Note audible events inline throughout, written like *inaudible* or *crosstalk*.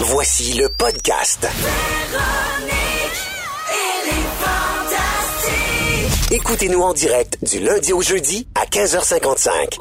Voici le podcast. Écoutez-nous en direct du lundi au jeudi à 15h55.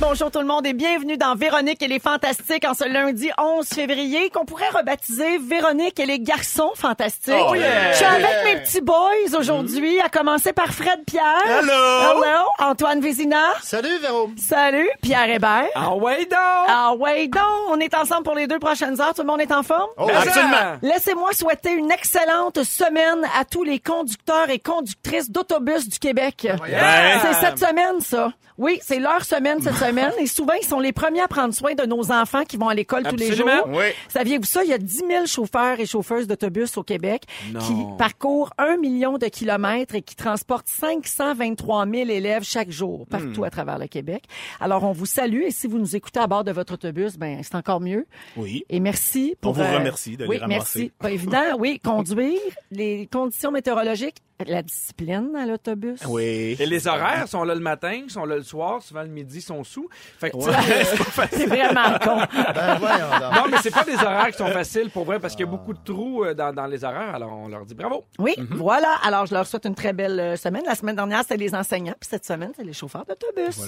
Bonjour tout le monde et bienvenue dans Véronique et les Fantastiques en ce lundi 11 février qu'on pourrait rebaptiser Véronique et les Garçons Fantastiques. Oh, yeah! Je suis avec mes petits boys aujourd'hui, à commencer par Fred Pierre. Hello! Antoine Vézina. Salut Véro. Salut! Pierre Hébert. Ah ouais donc! Ah ouais donc! On est ensemble pour les deux prochaines heures. Tout le monde est en forme? Oh, absolument. Laissez-moi souhaiter une excellente semaine à tous les conducteurs et conductrices d'autobus du Québec. Ben. C'est cette semaine, ça. Oui, c'est leur semaine cette semaine. Et souvent, ils sont les premiers à prendre soin de nos enfants qui vont à l'école tous les jours. Absolument. Oui. Saviez-vous ça? Il y a 10 000 chauffeurs et chauffeuses d'autobus au Québec qui parcourent un million de kilomètres et qui transportent 523 000 élèves chaque jour partout à travers le Québec. Alors, on vous salue et si vous nous écoutez à bord de votre autobus, ben c'est encore mieux. Oui. Et merci pour... On vous remercie de les oui, ramasser. merci. Pas évident, oui. Conduire, les conditions météorologiques, la discipline à l'autobus. Oui. Et les horaires sont là le matin, sont là le soir, souvent le midi, sont sous. Fait que tu sais, *laughs* c'est pas *laughs* facile. C'est vraiment con. Ben voyons donc. Non, mais c'est pas des horaires qui sont faciles pour vrai parce qu'il y a beaucoup de trous euh, dans, dans les horaires, alors on leur dit bravo. Oui, Mhm. voilà. Alors, je leur souhaite une très belle euh, semaine. La semaine dernière, c'était les enseignants, puis cette semaine, c'est les chauffeurs d'autobus.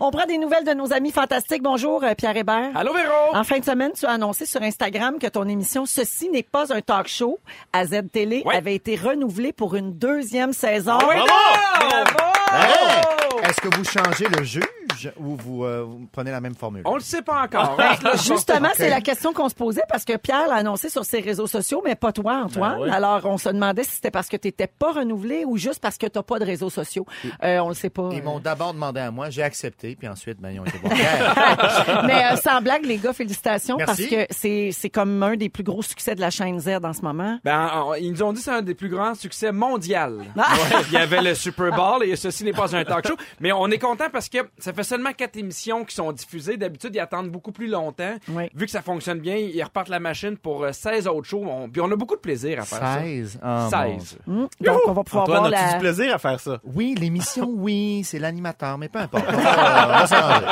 On prend des nouvelles de nos amis fantastiques. Bonjour, euh, Pierre Hébert. Allô Véro! En fin de semaine, tu as annoncé sur Instagram que ton émission Ceci n'est pas un talk show à Z Télé Ouais. avait été renouvelée pour une deuxième saison. Ah ouais, donc! Hey, Bravo! Est-ce que vous changez le juge ou vous, euh, vous prenez la même formule? On le sait pas encore. Ben, hein, là, je pense- justement, Ok. c'est la question qu'on se posait parce que Pierre l'a annoncé sur ses réseaux sociaux, mais pas Ben toi, Antoine. Alors, on se demandait si c'était parce que tu n'étais pas renouvelé ou juste parce que tu n'as pas de réseaux sociaux. Euh, on le sait pas. Ils Euh, m'ont d'abord demandé à moi, j'ai accepté, puis ensuite, ben, ils ont été *laughs* bon. Pierre, *laughs* Mais euh, sans blague, les gars, félicitations parce Merci. que c'est c'est comme un des plus gros succès de la chaîne Z en ce moment. Ben, on- ils nous ont dit que c'est un des plus grands succès *laughs* mondial. Ouais, il y avait le Super Bowl et ceci n'est pas un talk show. Mais on est content parce que ça fait seulement quatre émissions qui sont diffusées. D'habitude, ils attendent beaucoup plus longtemps. Oui. Vu que ça fonctionne bien, ils repartent la machine pour euh, 16 autres shows. On- puis on a beaucoup de plaisir à faire ça. 16. Oh, mon 16. Dieu. Hmm. Donc on va pouvoir Antoine, voir as-tu la du plaisir à faire ça? Oui, l'émission, oui, c'est l'animateur, mais peu *laughs* importe. On va- on va s'arranger.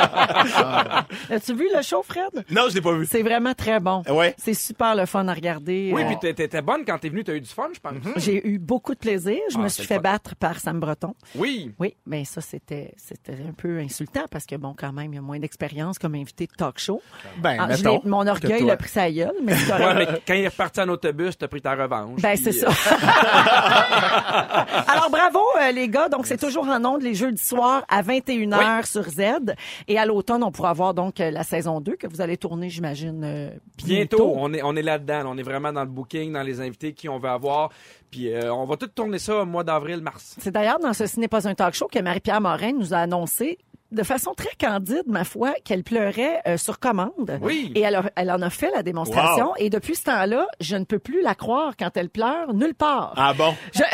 Ah, As-tu vu le show Fred Non, je l'ai pas vu. C'est vraiment très bon. Eh ouais. C'est super le fun à regarder. Euh, Oui, Euh, puis t'es- t'étais bonne quand t'es venue, t'as eu du fun, je pense. j'ai eu beaucoup de plaisir. Je Ah, me c'est suis le fait fun. battre par Sam Breton. Oui. Oui, mais ça, c'était c'était un peu insultant parce que, bon, quand même, il y a moins d'expérience comme invité de talk show. Ben, Ah, je mettons l'ai- mon que orgueil toi. l'a pris sa gueule, mais *laughs* c'est correct. Ouais, mais quand il est reparti en autobus, t'as pris ta revanche. Ben, Puis, c'est ça. euh, Alors, bravo, euh, les gars. Donc, c'est toujours en ondes les jeudis soirs à 21h sur Z. Et à l'automne, on pourra voir donc euh, la saison 2 que vous allez tourner, j'imagine, euh, bientôt. Bientôt, on est, on est là-dedans. là. On est vraiment dans le booking, dans les invités qui on veut avoir. Puis euh, on va tout tourner ça au mois d'avril, mars. C'est d'ailleurs dans ce Ce n'est pas un talk show que Marie-Pierre Morin nous a annoncé de façon très candide, ma foi, qu'elle pleurait euh, sur commande. Oui. Et elle, a- elle en a fait la démonstration. Wow. Et depuis ce temps-là, je ne peux plus la croire quand elle pleure nulle part. Ah *laughs* bon? Je- tu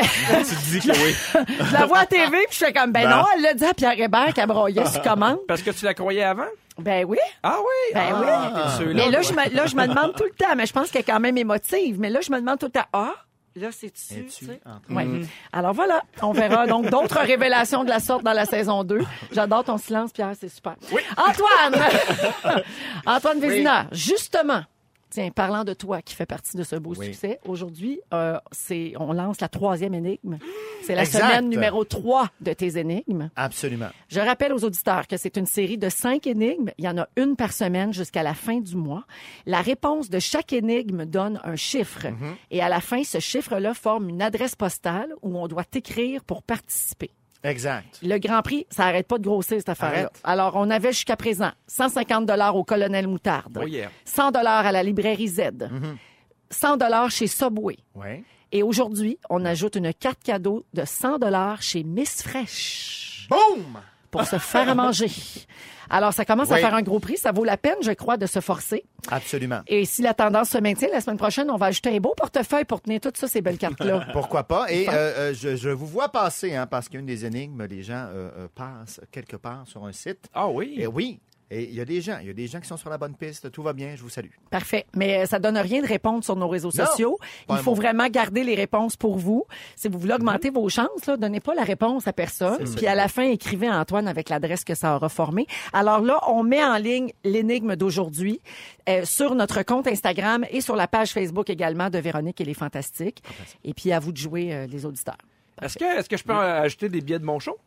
te dis que oui. je la vois à TV, puis je fais comme, ben Ben. non, elle l'a dit à Pierre Hébert qu'elle broyait sur commande. Parce que tu la croyais avant? Ben oui. Ah oui? Ben Ah, oui. ceux-là, Mais là, ouais. je me, là, je me demande tout le temps, mais je pense qu'elle est quand même émotive. Mais là, je me demande tout le temps, ah, là, c'est-tu? Es-tu tu sais? en train- Ouais. Alors voilà, on verra donc d'autres révélations de la sorte dans la saison 2. J'adore ton silence, Pierre, c'est super. *laughs* Antoine! Antoine Vézina, justement. Tiens, parlant de toi qui fait partie de ce beau Oui. succès, aujourd'hui, euh, c'est on lance la troisième énigme. C'est la Exact. semaine numéro 3 de tes énigmes. Absolument. Je rappelle aux auditeurs que c'est une série de cinq énigmes. Il y en a une par semaine jusqu'à la fin du mois. La réponse de chaque énigme donne un chiffre. Mhm. Et à la fin, ce chiffre-là forme une adresse postale où on doit écrire pour participer. Exact. Le Grand Prix, ça arrête pas de grossir, cette affaire-là. Arrête. Alors, on avait jusqu'à présent 150 au Colonel Moutarde, Oh yeah. Mhm. 100 à la librairie Z, 100 chez Subway. Oui. Et aujourd'hui, on ajoute une carte cadeau de 100 chez Miss Fresh Boum! pour se faire à manger. Alors, ça commence à Oui. faire un gros prix. Ça vaut la peine, je crois, de se forcer. Absolument. Et si la tendance se maintient, la semaine prochaine, on va ajouter un beau portefeuille pour tenir toutes ça, ces belles cartes-là. Pourquoi pas? Et euh, euh, je, je vous vois passer, hein, parce qu'une des énigmes, les gens euh, euh, passent quelque part sur un site. Ah oui? Et oui, Et il y a des gens, il y a des gens qui sont sur la bonne piste. Tout va bien, je vous salue. Parfait. Mais euh, ça donne rien de répondre sur nos réseaux sociaux. pas Il un faut mot. Mm-hmm. vraiment garder les réponses pour vous. Si vous voulez augmenter vos chances, là, donnez pas la réponse à personne. Puis à la fin, écrivez à Antoine avec l'adresse que ça aura formée. Alors là, on met en ligne l'énigme d'aujourd'hui euh, sur notre compte Instagram et sur la page Facebook également de Véronique et les Fantastiques. Et puis à vous de jouer, euh, les auditeurs. Est-ce que, est-ce que je peux euh, ajouter des billets de mon show?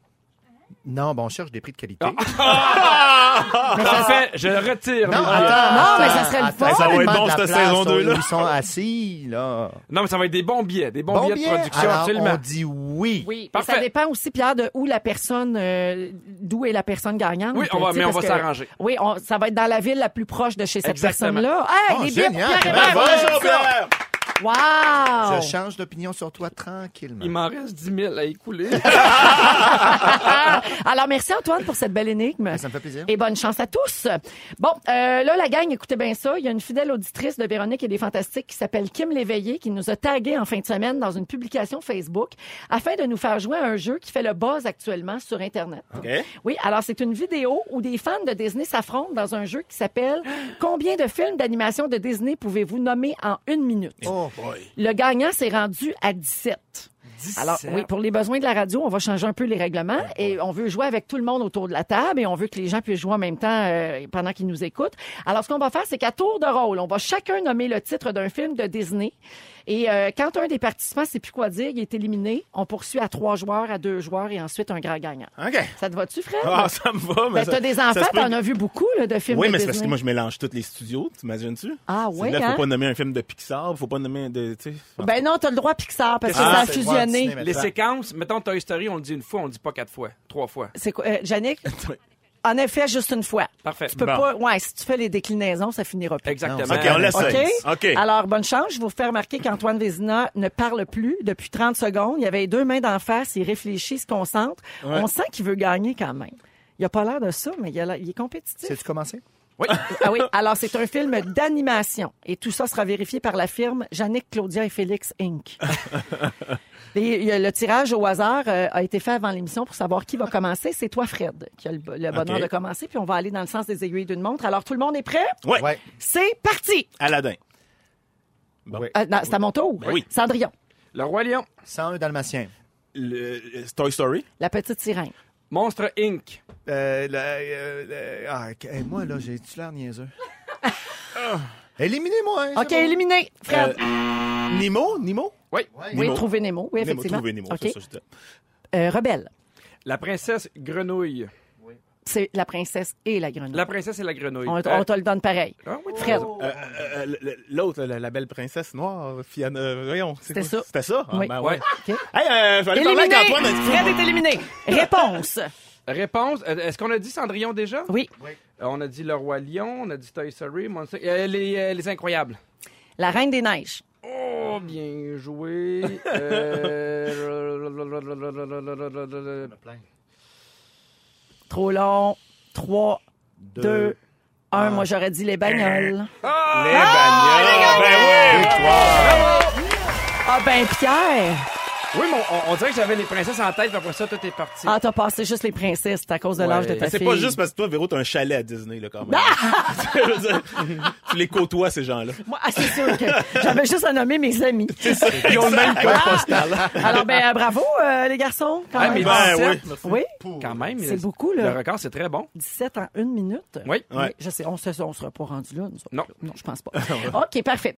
Non, ben, on cherche des prix de qualité. Parfait, Ah. je retire. mes billets. Non, mais ça serait le fun. ça va être bon, de la cette place, saison on- deux, là. Ils sont assis, là. Non, mais ça va être des bons billets, des bons Bon billets bien. de production, Alors, absolument. on dit oui. Oui, mais Parfait. ça dépend aussi, Pierre, de où la personne, euh, d'où est la personne gagnante. Oui, on va- tu sais, mais on parce va que- s'arranger. Oui, on- ça va être dans la ville la plus proche de chez cette Exactement. personne-là. Hey, Oh, les billets pour génial. Pierre Hébert, Bravo, on a dit Ah, ça. Pierre! Wow! Je change d'opinion sur toi tranquillement. Il m'en reste 10 000 à *laughs* écouler. Ah! Alors, merci Antoine pour cette belle énigme. Ben, Ça me fait plaisir. Et bonne chance à tous. Bon, euh, là, la gang, écoutez bien ça. Il y a une fidèle auditrice de Véronique et des Fantastiques qui s'appelle Kim Léveillé qui nous a tagué en fin de semaine dans une publication Facebook afin de nous faire jouer à un jeu qui fait le buzz actuellement sur Internet. Oui, alors c'est une vidéo où des fans de Disney s'affrontent dans un jeu qui s'appelle Combien de films d'animation de Disney pouvez-vous nommer en une minute? Oh, Le gagnant s'est rendu à 17. Alors, oui, pour les besoins de la radio, on va changer un peu les règlements Ah, et on veut jouer avec tout le monde autour de la table et on veut que les gens puissent jouer en même temps euh, pendant qu'ils nous écoutent. Alors, ce qu'on va faire, c'est qu'à tour de rôle, on va chacun nommer le titre d'un film de Disney et euh, quand un des participants sait plus quoi dire, il est éliminé, on poursuit à trois joueurs, à deux joueurs et ensuite un grand gagnant. OK. Ça te va-tu, Fred? Ah, ça me va, mais. Ben, ça- t'as des ça enfants, se peut t'en que- as vu beaucoup là, de films Oui, de mais c'est parce Disney. que moi, je mélange tous les studios, t'imagines-tu? Ah C'est ouais, Là, hein? faut pas nommer un film de Pixar, faut pas nommer de. Tu sais. Ben non, t'as le droit à Pixar parce que Ah, ça a c'est le droit du fusionné. cinéma. Les séquences, mettons Toy Story, on le dit une fois, on le dit pas quatre fois, trois fois. C'est quoi, euh, *laughs* Yannick? En effet, juste une fois. Parfait. Tu peux Bon. pas. Ouais, si tu fais les déclinaisons, ça finira plus. Exactement. OK, Ben, on laisse OK? ça. OK. Alors, bonne chance. Je vous fais remarquer qu'Antoine Vézina ne parle plus depuis 30 secondes. Il avait les deux mains d'en face. Il réfléchit, il se concentre. On sent qu'il veut gagner quand même. Il a pas l'air de ça, mais il, a l'air- il est compétitif. sais-tu commencer? Oui. Ah oui. Alors, c'est un film d'animation. Et tout ça sera vérifié par la firme Yannick, Claudia et Félix *laughs* Inc. Et il y a- le tirage au hasard euh, a été fait avant l'émission pour savoir qui va commencer. C'est toi, Fred, qui a le, bo- le bonheur OK. de commencer. Puis on va aller dans le sens des aiguilles d'une montre. Alors, tout le monde est prêt? Ouais. Ouais. C'est parti! Aladdin. Bon. Ouais. Euh, non, c'est à mon tour. Ben oui. Cendrillon, Le Roi Lion, 101 Dalmatien. Le, euh, Toy Story. la petite sirène. Monstre Inc. Euh, le- euh, le- ah, ok. Hey, moi, là, j'ai-tu l'air niaiseux? Éliminez-moi. hein, c'est OK, bon. éliminé. Fred. Nemo. Nemo. Oui. oui, Euh, Nemo. trouver Nemo. Oui, Nemo. effectivement. Trouver Nemo. OK. c'est ça, je dis. Euh, rebelle. La princesse grenouille. C'est la princesse et la grenouille. La princesse et la grenouille. On, Euh, on te le donne pareil. ah oui, Fred. Euh, euh, euh, le- L'autre, la, la belle princesse noire, Fiona. euh, voyons, c'est C'était quoi? ça. C'était ça? Ah, Oui. ben ouais. OK. Hey, euh, je vais aller parler Éliminé. avec Antoine un petit peu. Fred est éliminé. Réponse. Réponse. euh, Est-ce qu'on a dit Cendrillon déjà? Oui. Euh, On a dit Le Roi Lion, on a dit Toy Story, Monster... euh, les, euh, les Incroyables. La reine des neiges. Oh, bien joué. *laughs* Euh, Trop long. 3, 2, 1. Moi, j'aurais dit les bagnoles. Les bagnoles. Eh, Ben oui. Ah ben, Pierre! Oui, mais on, on dirait que j'avais les princesses en tête, puis après ça, tout est parti. Ah, t'as passé juste les princesses. C'est à cause de l'âge de Ouais. ta C'est fille. pas juste parce que toi, Véro, t'as un chalet à Disney, là, quand même. *laughs* Je veux dire, tu les côtoies, ces gens-là. Moi, ah, c'est sûr que j'avais juste à nommer mes amis. Ils ont le même code postal. Alors, ben, euh, bravo, euh, les garçons. Quand Ah, même. mais Ben 17, Oui, quand même. c'est le- beaucoup, Le là. record, c'est très bon. 17 en une minute. Oui. Mais Ouais. Je sais, on se, on sera pas rendu là, nous autres. Non. Non, je *laughs* pense pas. OK, parfait.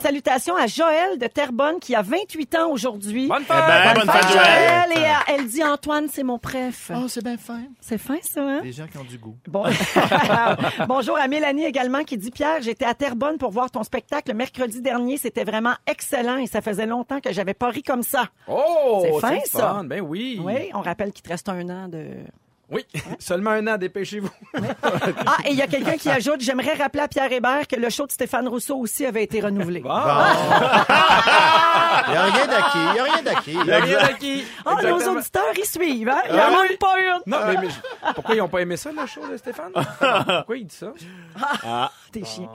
Salutations à Joël de Terrebonne qui a 28 ans aujourd'hui. Bonne Eh ben, fête! bonne fête, Joël. Joël, et euh, elle dit Antoine, c'est mon préf. Oh, c'est bien fin. C'est fin, ça, hein? Des gens qui ont du goût. *laughs* Bon. *laughs* Bonjour à Mélanie également qui dit Pierre, j'étais à Terrebonne pour voir ton spectacle mercredi dernier. C'était vraiment excellent et ça faisait longtemps que j'avais pas ri comme ça. Oh! C'est fin, le ça. fun. Ben oui. Oui, on rappelle qu'il te reste un an de. *laughs* Oui. *laughs* Seulement un an, dépêchez-vous. Ah, et il y a quelqu'un qui ajoute J'aimerais rappeler à Pierre Hébert que le show de Stéphane Rousseau aussi avait été renouvelé. Ah. *laughs* Il n'y a rien d'acquis. Il n'y a rien d'acquis. Il y a rien acquis. Ah, nos Exactement. auditeurs, ils suivent, hein? Il Ah en oui. manque pas une. Non, mais, mais je- pourquoi ils *laughs* n'ont pas aimé ça, le show de Stéphane? Pourquoi ils disent ça? T'es chiant.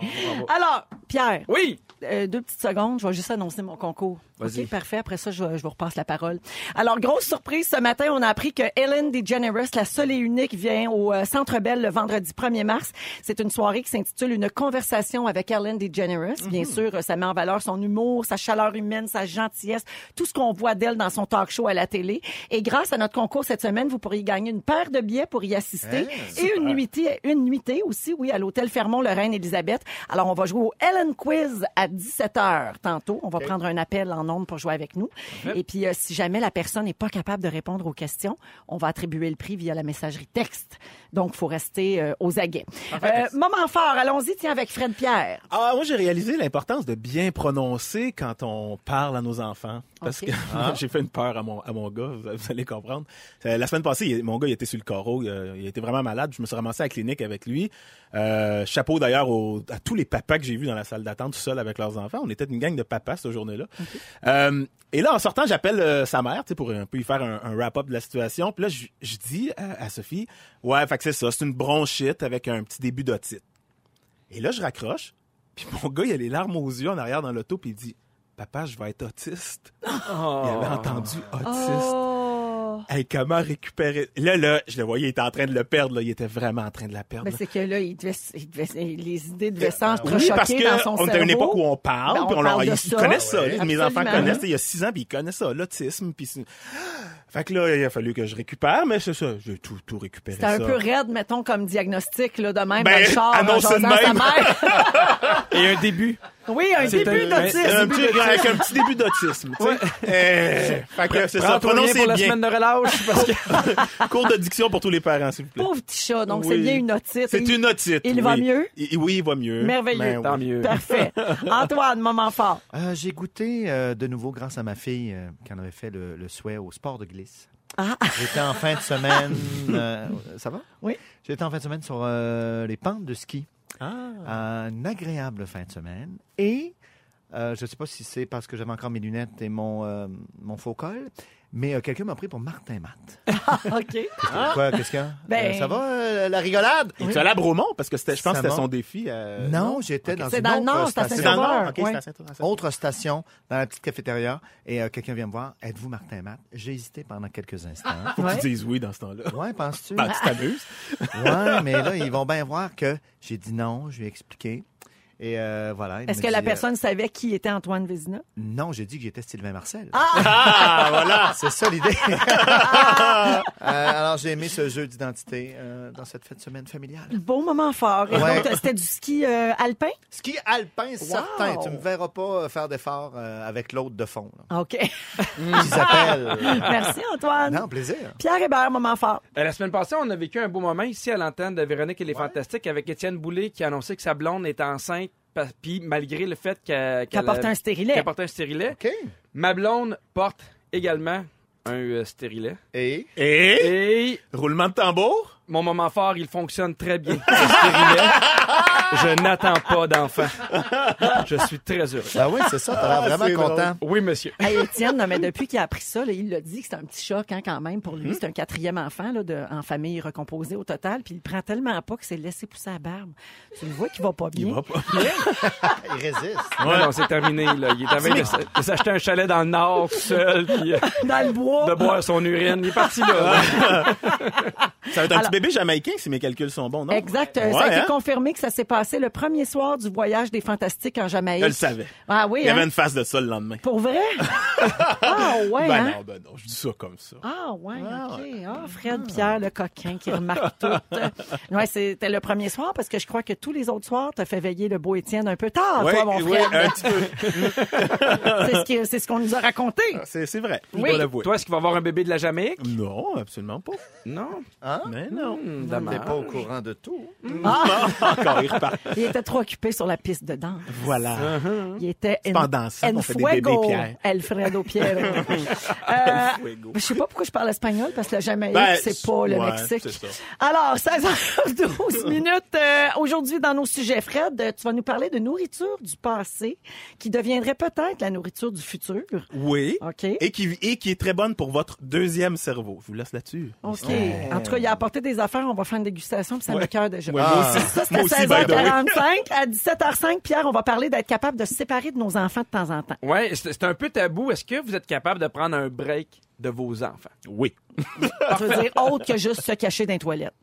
Alors, Pierre, Oui! euh, deux petites secondes, je vais juste annoncer mon concours. Vas-y. OK, parfait. Après ça, je, je vous repasse la parole. Alors, grosse surprise, ce matin, on a appris que Ellen DeGeneres, la seule et unique, vient au euh, Centre Bell le vendredi 1er mars. C'est une soirée qui s'intitule Une conversation avec Ellen DeGeneres. Bien sûr, euh, ça met en valeur son humour, sa chaleur humaine, sa gentillesse, tout ce qu'on voit d'elle dans son talk show à la télé. Et grâce à notre concours cette semaine, vous pourriez gagner une paire de billets pour y assister Hein, et une nuitée, une nuitée aussi, oui, à l'hôtel Fermont, Lorraine, Élisabeth. Alors, on va jouer au Ellen Quiz à 17h tantôt. On va prendre un appel en ondes pour jouer avec nous. Et puis, euh, si jamais la personne n'est pas capable de répondre aux questions, on va attribuer le prix via la messagerie texte. Donc, faut rester euh, aux aguets. Euh, moment fort, allons-y, tiens, avec Fred Pierre. Ah, moi, j'ai réalisé l'importance de bien prononcer quand on parle à nos enfants. Parce Ok. que *laughs* j'ai fait une peur à mon, à mon gars, vous, vous allez comprendre. Euh, la semaine passée, il- mon gars, il était sur le carreau, il, a- il était vraiment malade. Je me suis ramassé à la clinique avec lui. Euh, chapeau d'ailleurs au- à tous les papas que j'ai vus dans la salle d'attente tout seul avec leurs enfants. On était une gang de papas cette journée-là. Euh, et là, en sortant, j'appelle euh, sa mère, tu sais, pour un peu lui faire un, un wrap-up de la situation. Puis là, je je dis à, à Sophie, ouais, fait que c'est ça, c'est une bronchite avec un petit début d'otite. Et là, je raccroche. Puis mon gars, il a les larmes aux yeux en arrière dans l'auto, puis il dit Papa, je vais être autiste. Ah. Il avait Oh. entendu autiste. Hey, comment récupérer. Là, là, je le voyais, il était en train de le perdre, là. Il était vraiment en train de la perdre. Ben, là. c'est que là, il devait, il devait- les idées devaient Euh, Oui, s'entrechoquer parce dans son qu'on cerveau. était à une époque où on parle, Ben, on puis on, parle leur- de ils ça. connaissent ça. Ouais. là. Mes enfants Absolument. connaissent, il y a six ans, puis ils connaissent ça, l'autisme. Puis c'est- fait que là, il a fallu que je récupère, mais c'est ça, j'ai tout, tout récupéré. C'était un ça. peu raide, mettons, comme diagnostic, là, de même, Ben, dans le char, en annonce jasant de sa même. *laughs* mère. Et un début. Oui, un C'est début un- Un d'autisme. petit- avec *laughs* un petit début d'autisme, tu sais. Eh, fait que c'est ça, Prends-toi bien prononcez pour la bien. Ah semaine de relâche parce *laughs* que Cours de diction pour tous les parents, s'il vous plaît. Pauvre petit chat, donc c'est Oui. bien une otite. C'est Et- une otite. il va oui. mieux? Il- oui, il va mieux. Merveilleux. Ben tant oui. *laughs* mieux. Parfait. Antoine, moment fort. Euh, J'ai goûté euh, de nouveau grâce à ma fille euh, qui en avait fait le, le souhait au sport de glisse. Ah. J'étais en fin *laughs* de semaine. euh, ça va? Oui. J'étais en fin de semaine sur euh, les pentes de ski. Ah. Une agréable fin de semaine. Et euh, je ne sais pas si c'est parce que j'avais encore mes lunettes et mon, euh, mon faux col, mais euh, quelqu'un m'a pris pour Martin Matt. *laughs* OK. Quoi, qu'est-ce qu'il y a? Ben- Euh, ça va, euh, la rigolade? Il est allé à Bromont parce que c'était- je pense que c'était Samon. son défi. euh, non, j'étais dans C'est une dans le autre Nord, c'est à C'est station. dans le Sauveur, Nord. OK, ouais. c'est à Saint- à Saint- Autre station, dans la petite cafétéria, et euh, quelqu'un vient me voir. Êtes-vous Martin Matt? J'ai hésité pendant quelques instants. Faut *laughs* Ouais. qu'ils disent oui dans ce temps-là. *laughs* Ouais, penses-tu? Ah, tu t'amuses. Ouais, mais là, ils vont bien voir que j'ai dit non, je lui ai expliqué. Et euh, voilà. il Est-ce me que la dit, euh, personne savait qui était Antoine Vézina? non, j'ai dit que j'étais Sylvain Marcel. Ah, voilà. *laughs* C'est ça l'idée. Euh, alors, j'ai aimé ce jeu d'identité euh, dans cette fête de semaine familiale. Beau moment fort. Et Ouais. donc, euh, c'était du ski euh, alpin? Ski alpin, certain. Tu me verras pas faire d'efforts euh, avec l'autre de fond. *laughs* là, OK. Mm. qui s'appelle. Merci, Antoine. non, plaisir. Pierre Hébert, moment fort. Euh, La semaine passée, on a vécu un beau moment ici à l'antenne de Véronique et les Fantastiques avec Étienne Boulay qui annonçait que sa blonde était enceinte, pa- puis malgré le fait qu'elle Qui qu'elle apporte a- un stérilet. qu'elle portait un stérilet, OK. ma blonde porte également un euh, stérilet. Et Et Et roulement de tambour. mon moment fort, il fonctionne très bien. Le stérilet, *laughs* je n'attends pas d'enfant. Je suis très heureux. Ben oui, c'est ça. T'as l'air c'est vraiment content. Oui, monsieur. *laughs* Hey, Étienne, non, mais depuis qu'il a appris ça, là, il l'a dit que c'est un petit choc hein, quand même pour Mm-hmm. lui. C'est un quatrième enfant là, de, en famille recomposée au total. Puis il prend tellement pas que c'est laissé pousser la barbe. Tu le vois qu'il va pas bien. Il va pas. Il résiste. Non, Ah, non, c'est terminé. Là. Il est en train de s- de s'acheter un chalet dans le nord tout seul, puis euh, *laughs* Dans le bois. de boire son urine. Il est parti là. Ça va être un petit bébé jamaïcain si mes calculs sont bons, non? Exact. Euh, ça a Ouais, été hein? confirmé que ça s'est passé le premier soir du voyage des Fantastiques en Jamaïque. Je le savais. Ah oui, Il y hein? avait une face de ça le lendemain. *laughs* Pour vrai? ah ouais, Ben hein? non, ben non, je dis ça comme ça. Ah ouais, ok. Ah, Fred Pierre le coquin qui remarque tout. Ouais, c'était le premier soir parce que je crois que tous les autres soirs, t'as fait veiller le beau Étienne un peu tard, Oui, Ah, toi, mon oui, Fred. un petit peu. C'est ce qui- C'est ce qu'on nous a raconté. *laughs* C'est c'est vrai. Je Oui. dois l'avouer. Toi, est-ce qu'il va avoir un bébé de la Jamaïque? Non, absolument pas. Non. Ah. Mais non. *laughs* T'es pas au courant de tout. Encore, il repart. Il était trop occupé sur la piste de danse. Voilà. Il était en, Mhm. pas en dansant en qu'on fait des fuego, bébés, Pierre. *laughs* Alfredo Pierre. euh, je sais pas pourquoi je parle espagnol parce que le Jamaïque Ben, c'est pas le ouais, Mexique. c'est ça. Alors 16h12 minutes euh, aujourd'hui dans nos sujets Fred, euh, tu vas nous parler de nourriture du passé qui deviendrait peut-être la nourriture du futur. Oui. OK. Et qui, et qui est très bonne pour votre deuxième cerveau. Je vous laisse là-dessus. Oh. OK. En tout cas, il il a apporté des affaires, on va faire une dégustation, puis ça Ouais. m'écoeure déjà. Ouais, moi aussi. Ah. Ça, c'est à Moi aussi, by the way. 16h45. À 17h05, Pierre, on va parler d'être capable de se séparer de nos enfants de temps en temps. Oui, c'est c'est un peu tabou. Est-ce que vous êtes capable de prendre un break de vos enfants? Oui. Je veux dire autre que juste se cacher dans les toilettes.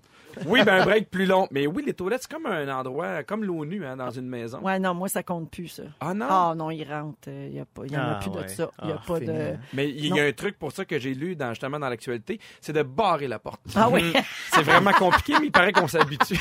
Oui, ben un break plus long. Mais oui, les toilettes, c'est comme un endroit, comme l'ONU, hein, dans une maison. Ouais, non, moi, ça compte plus, ça. Ah non? Ah non, il rentre. Il n'y en a Ah, plus de ouais. ça. Il n'y a Ah, pas fini, de... hein. Mais il y a un truc pour ça que j'ai lu dans, justement dans l'actualité, c'est de barrer la porte. Ah oui. *laughs* C'est vraiment compliqué, mais il paraît qu'on s'habitue.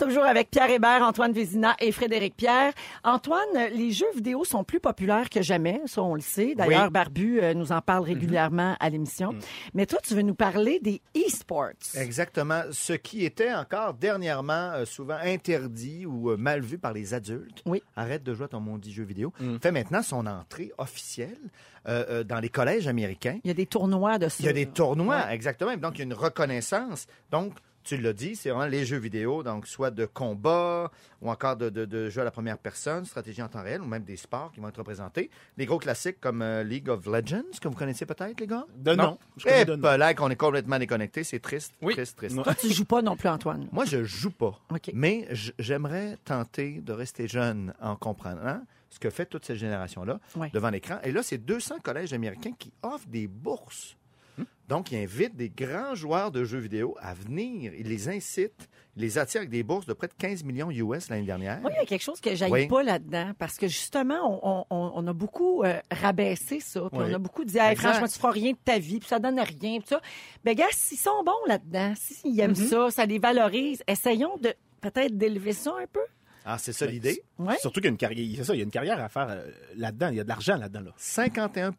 Toujours avec Pierre Hébert, Antoine Vézina et Frédéric Pierre. Antoine, euh, les jeux vidéo sont plus populaires que jamais, ça on le sait. D'ailleurs, Oui. Barbu euh, nous en Mhm. parle régulièrement à l'émission. Mais toi, tu veux nous parler des e-sports. Exactement. Ce qui était encore dernièrement euh, souvent interdit ou euh, mal vu par les adultes. Oui. Arrête de jouer à ton maudit jeu vidéo. Fait maintenant son entrée officielle euh, euh, dans les collèges américains. Il y a des tournois de ça. Il y a des là. tournois, exactement. Et Donc, il y a une reconnaissance. Donc, tu l'as dit, c'est vraiment les jeux vidéo, donc soit de combat ou encore de, de- de jeux à la première personne, stratégie en temps réel, ou même des sports qui vont être représentés. Des gros classiques comme euh, League of Legends, que vous connaissez peut-être, les gars? De Non. non. Je connais Eh, de non. pas là qu'on est complètement déconnecté, c'est triste, Oui. triste, triste. Non. Toi, *laughs* tu joues pas non plus, Antoine. Moi, je joue pas, OK. mais j- j'aimerais tenter de rester jeune en comprenant ce que fait toute cette génération-là Ouais. devant l'écran. Et là, c'est 200 collèges américains qui offrent des bourses. Hmm. Donc, ils invitent des grands joueurs de jeux vidéo à venir. Ils les incitent, ils les attirent avec des bourses de près de 15 millions US l'année dernière. Moi, il y a quelque chose que j'aille Oui. pas là-dedans, parce que justement, on, on- on a beaucoup euh, rabaissé ça, puis Oui. on a beaucoup dit, Hey, Exact. franchement, tu feras rien de ta vie, puis ça donne rien, puis ça. Ben, gars, s'ils sont bons là-dedans, s'ils aiment Mhm. ça, ça les valorise, essayons de peut-être d'élever ça un peu. Ah, c'est ça l'idée. Ouais. Surtout qu'il y a une carrière. C'est ça, il y a une carrière à faire euh, là-dedans. Il y a de l'argent là-dedans. Là. 51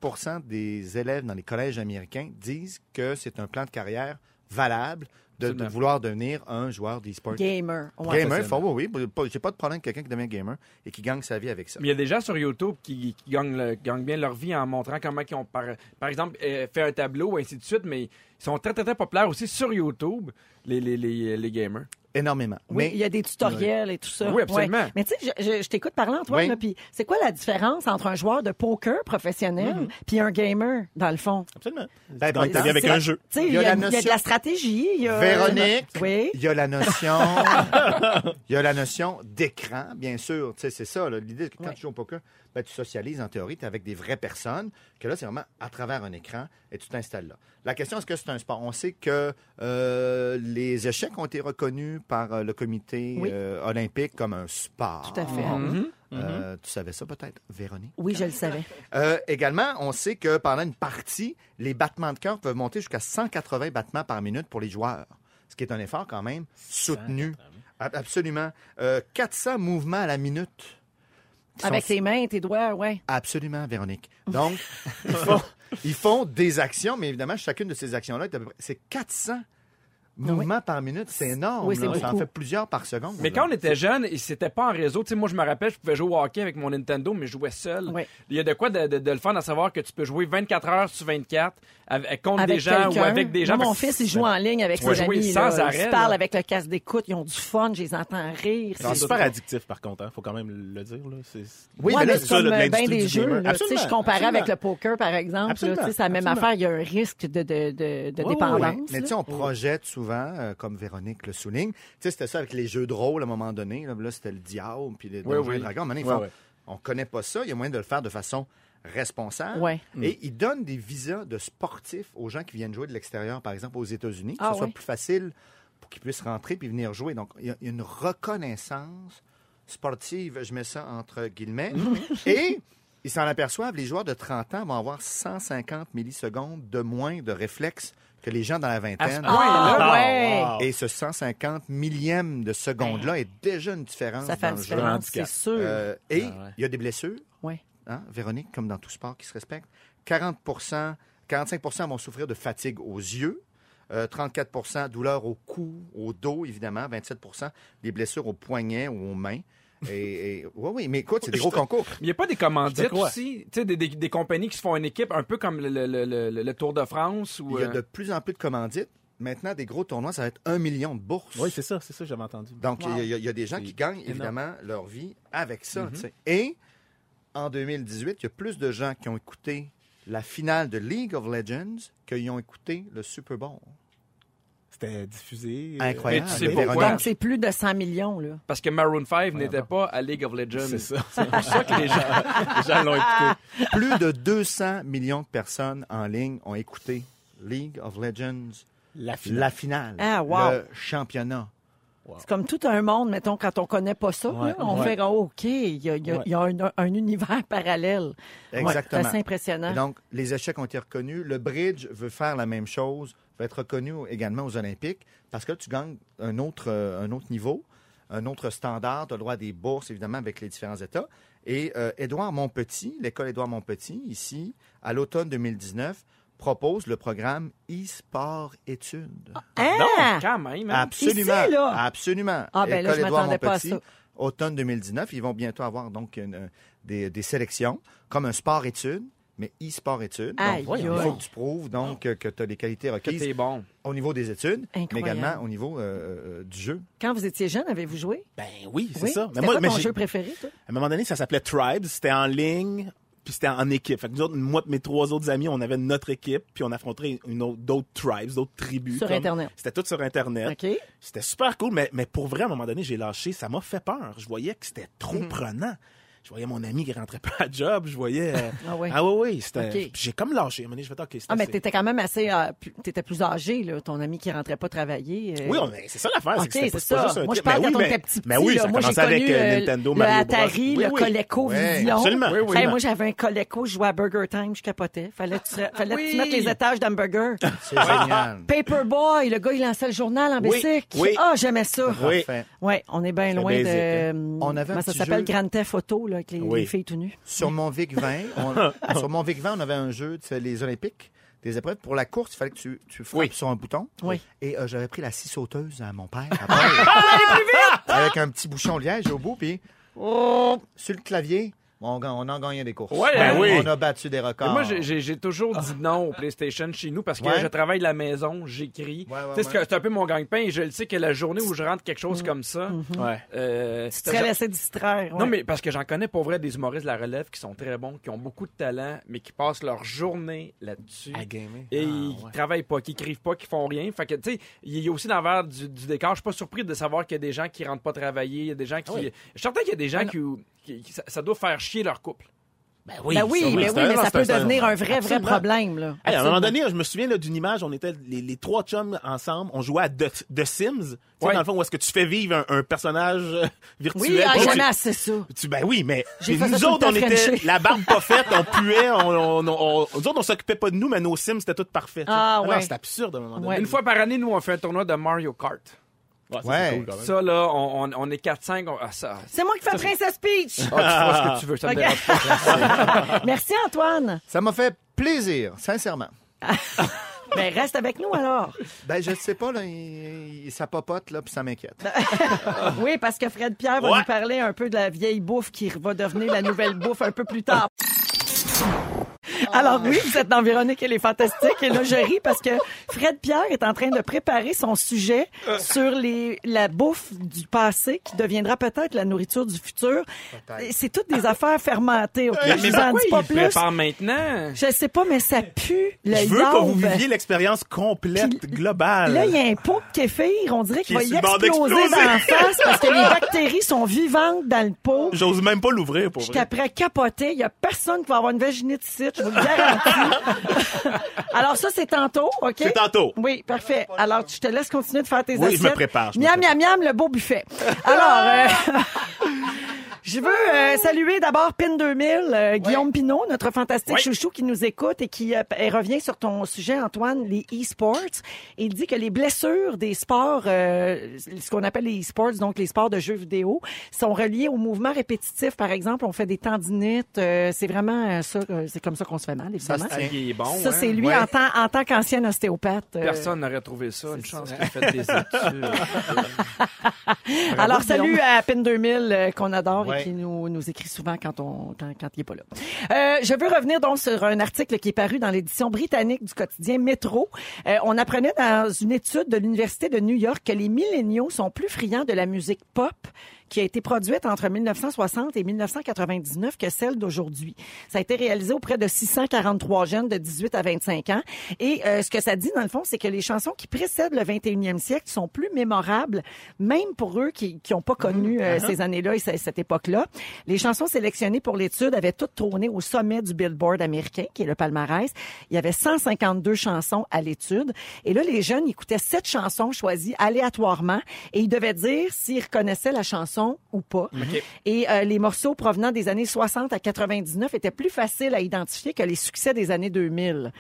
des élèves dans les collèges américains disent que c'est un plan de carrière valable de, de Absolument. vouloir devenir un joueur d'e-sport. Gamer. Ouais. Gamer, facilement. faut- oui, oui, pas- j'ai pas de problème avec quelqu'un qui devient gamer et qui gagne sa vie avec ça. Mais il y a des gens sur YouTube qui, qui gagnent, le- gagnent bien leur vie en montrant comment ils ont, par, par exemple, euh, fait un tableau, ainsi de suite, mais ils sont très, très, très populaires aussi sur YouTube, les, les, les, les gamers. Énormément. Oui, Mais il y a des tutoriels et tout ça. Oui, absolument. Ouais. Mais tu sais, je, je- je t'écoute parler, Antoine, Oui. là, puis c'est quoi la différence entre un joueur de poker professionnel Mhm. puis un gamer, dans le fond? Absolument. Ben, Donc, peut-être. t'as dit avec C'est- un jeu. Tu sais, Il il y y, a a- la il y a de notion- la stratégie. il y a- Véronique, Oui. il y a *laughs* la notion, il y a la notion d'écran, bien sûr. Tu sais, c'est ça. là. L'idée, c'est que quand Ouais. tu joues au poker, ben, tu socialises en théorie, tu es avec des vraies personnes, que là, c'est vraiment à travers un écran et tu t'installes là. La question, est-ce que c'est un sport? On sait que euh, les échecs ont été reconnus par euh, le comité Oui. euh, olympique comme un sport. Tout à fait. Mhm. Mm-hmm. Euh, Tu savais ça peut-être, Véronique? Oui, je le savais. Euh, également, on sait que pendant une partie, les battements de cœur peuvent monter jusqu'à 180 battements par minute pour les joueurs, ce qui est un effort quand même soutenu. A- Absolument. Euh, 400 mouvements à la minute. Qui Avec sont- tes mains, tes doigts, ouais. Absolument, Véronique. *laughs* Donc, ils, font, ils font des actions, mais évidemment, chacune de ces actions-là, est à peu près- c'est 400 mouvements par minute. C'est énorme. Ah Oui, c'est là. ça en beaucoup. fait plusieurs par seconde. Mais là. quand on était jeune, et c'était pas en réseau, tu sais, moi, je me rappelle, je pouvais jouer au hockey avec mon Nintendo, mais je jouais seul. Ouais. Il y a de quoi de, de- de le faire, à savoir que tu peux jouer 24 heures sur 24 avec, contre Avec des gens ou quelqu'un. avec des gens. Moi, mon Fait que fils, il joue en ligne avec Tu vas ses jouer amis. sans là. Ils arrêt, se parlent là. avec le casque d'écoute, ils ont du fun, je les entends rire. C'est C'est- super addictif, par contre. Hein. Faut quand même le dire. Là. C'est- Oui, Ouais, mais là, mais c'est c'est ça, comme là, de euh, ben l'industrie des du jeux. gamer. là. Tu sais, Absolument, je comparais absolument. avec le poker, par exemple. là, Absolument, tu sais, C'est la même absolument. affaire. Il y a un risque de, de, de, de Oui, dépendance. oui, Mais tu là. sais, on projette souvent, euh, comme Véronique le souligne, tu sais, c'était ça avec les jeux de rôle à un moment donné. Là, Là, c'était le diable, puis les Oui, Donjons oui. et Dragons. À un moment donné, ils Ouais, font, ouais. on connaît pas ça, il y a moyen de le faire de façon responsable. Ouais. Et ils donnent des visas de sportifs aux gens qui viennent jouer de l'extérieur, par exemple aux États-Unis, que Ah, ce soit ouais. plus facile pour qu'ils puissent rentrer puis venir jouer. Donc, il y a une reconnaissance sportive, je mets ça entre *laughs* guillemets. et ils s'en aperçoivent, les joueurs de 30 ans vont avoir 150 millisecondes de moins de réflexes que les gens dans la vingtaine. Ah, Ah, Ah, ouais. wow. Et ce 150 millième de seconde-là est déjà une différence Ben. Ça fait dans une le jeu. différence, c'est handicap. sûr. Euh, et Ah ouais. il y a des blessures, Ouais. hein, Véronique, comme dans tout sport qui se respecte. 40 45 vont souffrir de fatigue aux yeux. euh, 34 douleurs au cou, au dos, évidemment. 27 des blessures aux poignets ou aux mains. Et, et- oui, oui, mais écoute, *laughs* c'est des gros concours. Il n'y a pas des commandites crois. aussi, tu sais, des, des- des compagnies qui se font une équipe, un peu comme le, le- le- le- le Tour de France ou. Il y a euh, de plus en plus de commandites. Maintenant, des gros tournois, ça va être un million de bourses. Oui, c'est ça, c'est ça, j'avais entendu. Donc, il y a- il y, a- il y a des gens C'est qui gagnent énorme. évidemment leur vie avec ça. tu sais. Et en 2018, il y a plus de gens qui ont écouté la finale de League of Legends qu'ils ont écouté le Super Bowl. C'était diffusé. euh, Incroyable. Mais tu sais Les pourquoi? Véroniques. Donc, c'est plus de 100 millions, là. Parce que Maroon 5 n'était pas à League of Legends. *laughs* C'est ça. *laughs* C'est pour ça que les gens, Ah! les gens l'ont écouté. Plus de 200 millions de personnes en ligne ont écouté League of Legends, La finale. la finale, Ah, wow. le championnat. C'est comme tout un monde, mettons, quand on connaît pas ça, Ouais, là, on ouais. fait oh, OK, il y a, il y a- Ouais. il y a un, un univers *laughs* parallèle. Exactement. C'est assez impressionnant. Et donc, les échecs ont été reconnus. Le bridge veut faire la même chose, veut être reconnu également aux Olympiques, parce que là, tu gagnes un autre, euh, un autre niveau, un autre standard. Tu as le droit à des bourses, évidemment, avec les différents États. Et euh, Édouard Montpetit, l'école Édouard Montpetit, ici, à l'automne 2019, propose le programme e-sport études. Ah! Non, quand même. Ah, hein. Absolument. Ici, là? Absolument. Ah, ben là, École je Édouard m'attendais pas à Montpetit, ça. Automne 2019, ils vont bientôt avoir donc une- euh, des, des sélections comme un sport-études, mais e-sport-études. Aïe, Donc, il faut aïe. Oh. que tu prouves donc que tu as les qualités Que requises t'es bon. au niveau des études, mais Incroyable. également au niveau euh, euh, du jeu. Quand vous étiez jeune, avez-vous joué? Ben oui, c'est oui? ça. C'était quoi mais ton j'ai- jeu préféré, toi? À un moment donné, ça s'appelait Tribes. C'était en ligne, puis c'était en équipe. Fait que nous autres, moi et mes trois autres amis, on avait notre équipe, puis on affronterait une autre, d'autres tribes, d'autres tribus. Sur Internet. C'était tout sur Internet. OK. C'était super cool, mais, mais pour vrai, à un moment donné, j'ai lâché. Ça m'a fait peur. Je voyais que c'était trop Mhm. prenant. Je voyais mon ami qui rentrait pas à job. Je voyais. *laughs* euh, Ah oui. Ah oui, oui. c'était- OK. J'ai comme lâché. À un moment donné, je fait, OK, c'est Ah, mais assez. t'étais quand même assez. euh, plus- t'étais plus âgé, là, ton ami qui rentrait pas travailler. euh. Oui, on- mais c'est ça l'affaire. OK, c'est que c'était c'est pas- ça. juste un Moi, je trip. Mais parle oui, quand on mais- était petit. Mais petit, oui, là. ça moi, j'ai commençait connu avec euh, euh, Nintendo, le Mario Bros. Atari, Oui, le oui. Coleco Oui, Vision. absolument. Oui, oui. Hey, moi, j'avais un Coleco, je jouais à Burger Time, je capotais. *laughs* Fallait que tu, fallait que tu Oui. mettes les étages d'hamburger. C'est Ah, génial. Paperboy, le gars, il lançait le journal en Oui, bicyque. oui. Ah, j'aimais ça. Oui. Parfait. Ouais, on est bien loin basic, hein. de. On avait un Comment ça petit s'appelle jeu. Grand Theft Auto, là, avec les, Oui. les filles tout nues. Sur mon Vic 20, *laughs* on, Ah, sur mon Vic 20, on avait un jeu, tu sais, les Olympiques, des épreuves. Pour la course, il fallait que tu, tu frappes sur un bouton. Oui. Et euh, j'avais pris la scie sauteuse à *laughs* mon père. Ah, après. *laughs* Avec un petit bouchon liège au bout, puis oh, sur le clavier, on, ga- on en gagnait des courses. Ouais, Ben hein? oui. On a battu des records. Mais Moi, j'ai- j'ai j'ai toujours dit non au PlayStation chez nous parce que Ah. Ouais. je travaille de la maison, j'écris. Ouais, ouais, Tu sais, c'est ouais. que- c'est un peu mon gang-pain et je le sais que la journée où je rentre quelque chose comme ça, Ouais. euh, Mm. Mm-hmm. Tu te serais laissé distraire. ouais. Non, mais parce que j'en connais pour vrai des humoristes de la relève qui sont très bons, qui ont beaucoup de talent, mais qui passent leur journée là-dessus. À gamer. Et Ah, ils ouais. travaillent pas, qui écrivent pas, qui font rien. Fait que, tu sais, il y a aussi dans l'envers du, du décor. Je suis pas surpris de savoir qu'il y a des gens qui rentrent pas travailler. Il y a des gens Ah qui. Oui. Je suis certain qu'il y a des gens qui. qui- qui- ça, ça doit faire chier leur couple. Ben Ben oui, ça, mais oui, c'est un- mais ça c'est peut un- devenir un vrai, vrai Absolument. problème. Hey, Là. à un Absolument. moment donné, je me souviens là, d'une image, on était les, les trois chums ensemble, on jouait à The, The Sims. Tu sais, Ouais. dans le fond, où est-ce que tu fais vivre un, un personnage euh, *laughs* virtuel. Oui, ah, Puis j'aimais tu- assez ça. tu- ben oui, mais J'ai mais nous fait ça tout le autres, temps on était Frenché. la barbe pas faite, *laughs* on puait, on, on, on- on- nous autres, on s'occupait pas de nous, mais nos Sims, c'était tout parfait. tu sais. Ah, Non, ouais. c'était absurde à un moment donné. Ouais. Une fois par année, nous, on fait un tournoi de Mario Kart. Ah Ouais, ça, Ouais. c'est cool quand même. Ça, là, on, on- on est 4-5. on- Ah, ça. C'est moi qui fais Princess Peach. Ah, tu vois ce que tu veux, ça me Ok. dérange pas. *laughs* Merci, Antoine. Ça m'a fait plaisir, sincèrement. Ben, reste avec nous alors. Ben, je sais pas, là, il- il- ça papote, là, puis ça m'inquiète. Oui, parce que Fred Pierre va Ouais. nous parler un peu de la vieille bouffe qui va devenir la nouvelle bouffe un peu plus tard. Alors oui, vous êtes dans Véronique, elle est fantastique. Et là, je ris parce que Fred Pierre est en train de préparer son sujet Euh. sur les, la bouffe du passé qui deviendra peut-être la nourriture du futur. Peut-être. C'est toutes des affaires fermentées. ok? Mais Je vous en dis pourquoi pas il plus. prépare maintenant? Je sais pas, mais ça pue le Je veux que vous yaourt. viviez l'expérience complète, globale. euh, Là, il y a un pot de kéfir. On dirait qu'il Qui va est y sur le bord exploser d'exploser. dans la face *laughs* parce que les bactéries sont vivantes dans le pot. J'ose même pas l'ouvrir pour J'étais vrai. après capoté. Il y a personne qui va avoir une vaginite ici, je vous *laughs* le garantis. Alors ça, c'est tantôt, OK? C'est tantôt. Oui, parfait. Alors, je te laisse continuer de faire tes Oui, je assiettes. me prépare, je me miam, prépare. miam, miam, le beau buffet. Alors... euh, *laughs* Je veux euh, saluer d'abord PIN 2000, euh, Guillaume Pinot, notre fantastique chouchou qui nous écoute et qui euh, et revient sur ton sujet, Antoine, les e-sports. Il dit que les blessures des sports, euh, ce qu'on appelle les e-sports, donc les sports de jeux vidéo, sont reliées au mouvement répétitif. Par exemple, on fait des tendinites. euh, c'est vraiment euh, ça, euh, c'est comme ça qu'on se fait mal, évidemment. se Ah, il est bon. Ça, hein? c'est lui Ouais. en tant, en tant qu'ancien ostéopathe. euh, Personne n'aurait trouvé ça. Une chance qu'il fait *laughs* des études. Alors, salut à PIN 2000 euh, qu'on adore Ouais. qui nous, nous écrit souvent quand on quand, quand il est pas là. Euh, je veux revenir donc sur un article qui est paru dans l'édition britannique du quotidien Métro. Euh, on apprenait dans une étude de l'Université de New York que les milléniaux sont plus friands de la musique pop qui a été produite entre 1960 et 1999 que celle d'aujourd'hui. Ça a été réalisé auprès de 643 jeunes de 18 à 25 ans. Et euh, ce que ça dit, dans le fond, c'est que les chansons qui précèdent le 21e siècle sont plus mémorables, même pour eux qui n'ont pas connu euh, ces années-là et ce- cette époque-là. Les chansons sélectionnées pour l'étude avaient toutes trôné au sommet du Billboard américain, qui est le palmarès. Il y avait 152 chansons à l'étude. Et là, les jeunes écoutaient sept chansons choisies aléatoirement et ils devaient dire s'ils reconnaissaient la chanson ou pas. Et euh, les morceaux provenant des années 60 à 99 étaient plus faciles à identifier que les succès des années 2000.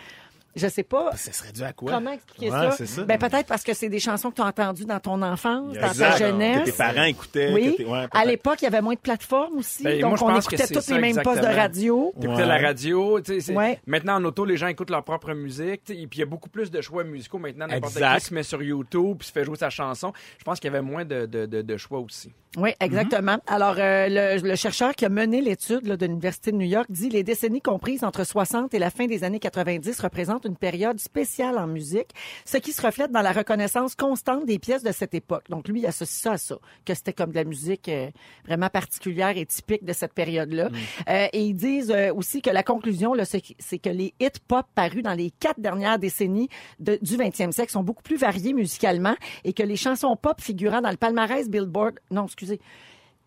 Je sais pas. Ça serait dû à quoi? Comment expliquer Ouais, ça? c'est ça. Ben, peut-être parce que c'est des chansons que tu as entendues dans ton enfance, dans ta Exact. Que jeunesse. tes parents écoutaient. Oui. que t'es- ouais, peut-être. à l'époque, il y avait moins de plateformes aussi. Ben, moi, donc, je on pense que écoutait c'est toutes ça les mêmes postes de exactement. radio. T'écoutais Ouais. la radio. tu sais, c'est- Ouais. Maintenant, en auto, les gens écoutent leur propre musique. tu sais, Et puis, il y a beaucoup plus de choix musicaux maintenant. N'importe Exact. qui se met sur YouTube puis se fait jouer sa chanson. Je pense qu'il y avait moins de, de- de- de choix aussi. Oui, exactement. Mm-hmm. Alors, euh, le, le chercheur qui a mené l'étude là, de l'Université de New York dit les décennies comprises entre 60 et la fin des années 90 représentent une période spéciale en musique, ce qui se reflète dans la reconnaissance constante des pièces de cette époque. Donc, lui, il associe ça à ça, que c'était comme de la musique euh, vraiment particulière et typique de cette période-là. Euh, et ils disent euh, aussi que la conclusion, là, c'est que- c'est que les hits pop parus dans les quatre dernières décennies de- du 20e siècle sont beaucoup plus variés musicalement et que les chansons pop figurant dans le palmarès Billboard, non, excusez,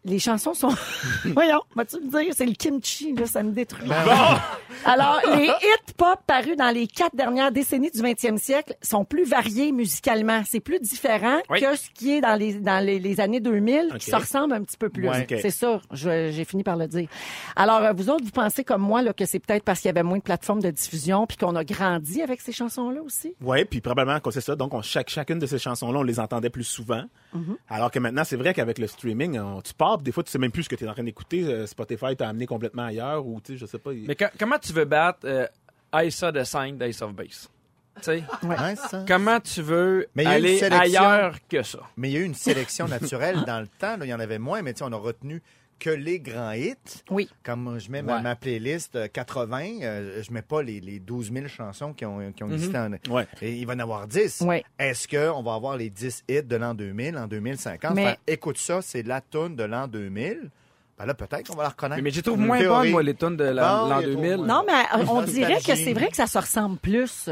les chansons sont. *laughs* Voyons, vas-tu me dire, c'est le kimchi, là, ça me détruit. Ben *laughs* Alors, les hits pop parus dans les quatre dernières décennies du 20e siècle sont plus variés musicalement. C'est plus différent Oui. que ce qui est dans les, dans les, les années 2000, qui se ressemble un petit peu plus. Ouais, ok. C'est ça, je- j'ai fini par le dire. Alors, euh, vous autres, vous pensez comme moi là, que c'est peut-être parce qu'il y avait moins de plateformes de diffusion puis qu'on a grandi avec ces chansons-là aussi? Oui, puis probablement qu'on sait ça. Donc, on, chaque, chacune de ces chansons-là, on les entendait plus souvent. Mm-hmm. Alors que maintenant, c'est vrai qu'avec le streaming, on- tu pars, puis des fois, tu sais même plus ce que tu es en train d'écouter. Euh, Spotify t'a amené complètement ailleurs ou, tu sais, je sais pas. il- Mais co- comment tu veux battre euh, I Saw the Sign d'Ace of Base? Tu sais, Hein, ça? comment tu veux Mais il y a une aller sélection. ailleurs que ça? Mais il y a eu une sélection *laughs* naturelle dans le temps. là, il y en avait moins, mais tu sais, on a retenu que les grands hits. Oui. Comme je mets ma, Ouais. ma playlist euh, 80, euh, je mets pas les, les 12 000 chansons qui ont, qui ont existé. en- Ouais. Et il va en avoir 10. Mhm. Ouais. Est-ce qu'on va avoir les 10 hits de l'an 2000, en 2050? Mais- Fait, écoute ça, c'est la toune de l'an 2000. Ben là, peut-être qu'on va la reconnaître. Mais, mais je les trouve Une moins théorie. bonnes, moi, les tunes de la- Bon, l'an il est trop 2000. bon. Non, mais euh, on Nostalgie. dirait que c'est vrai que ça se ressemble plus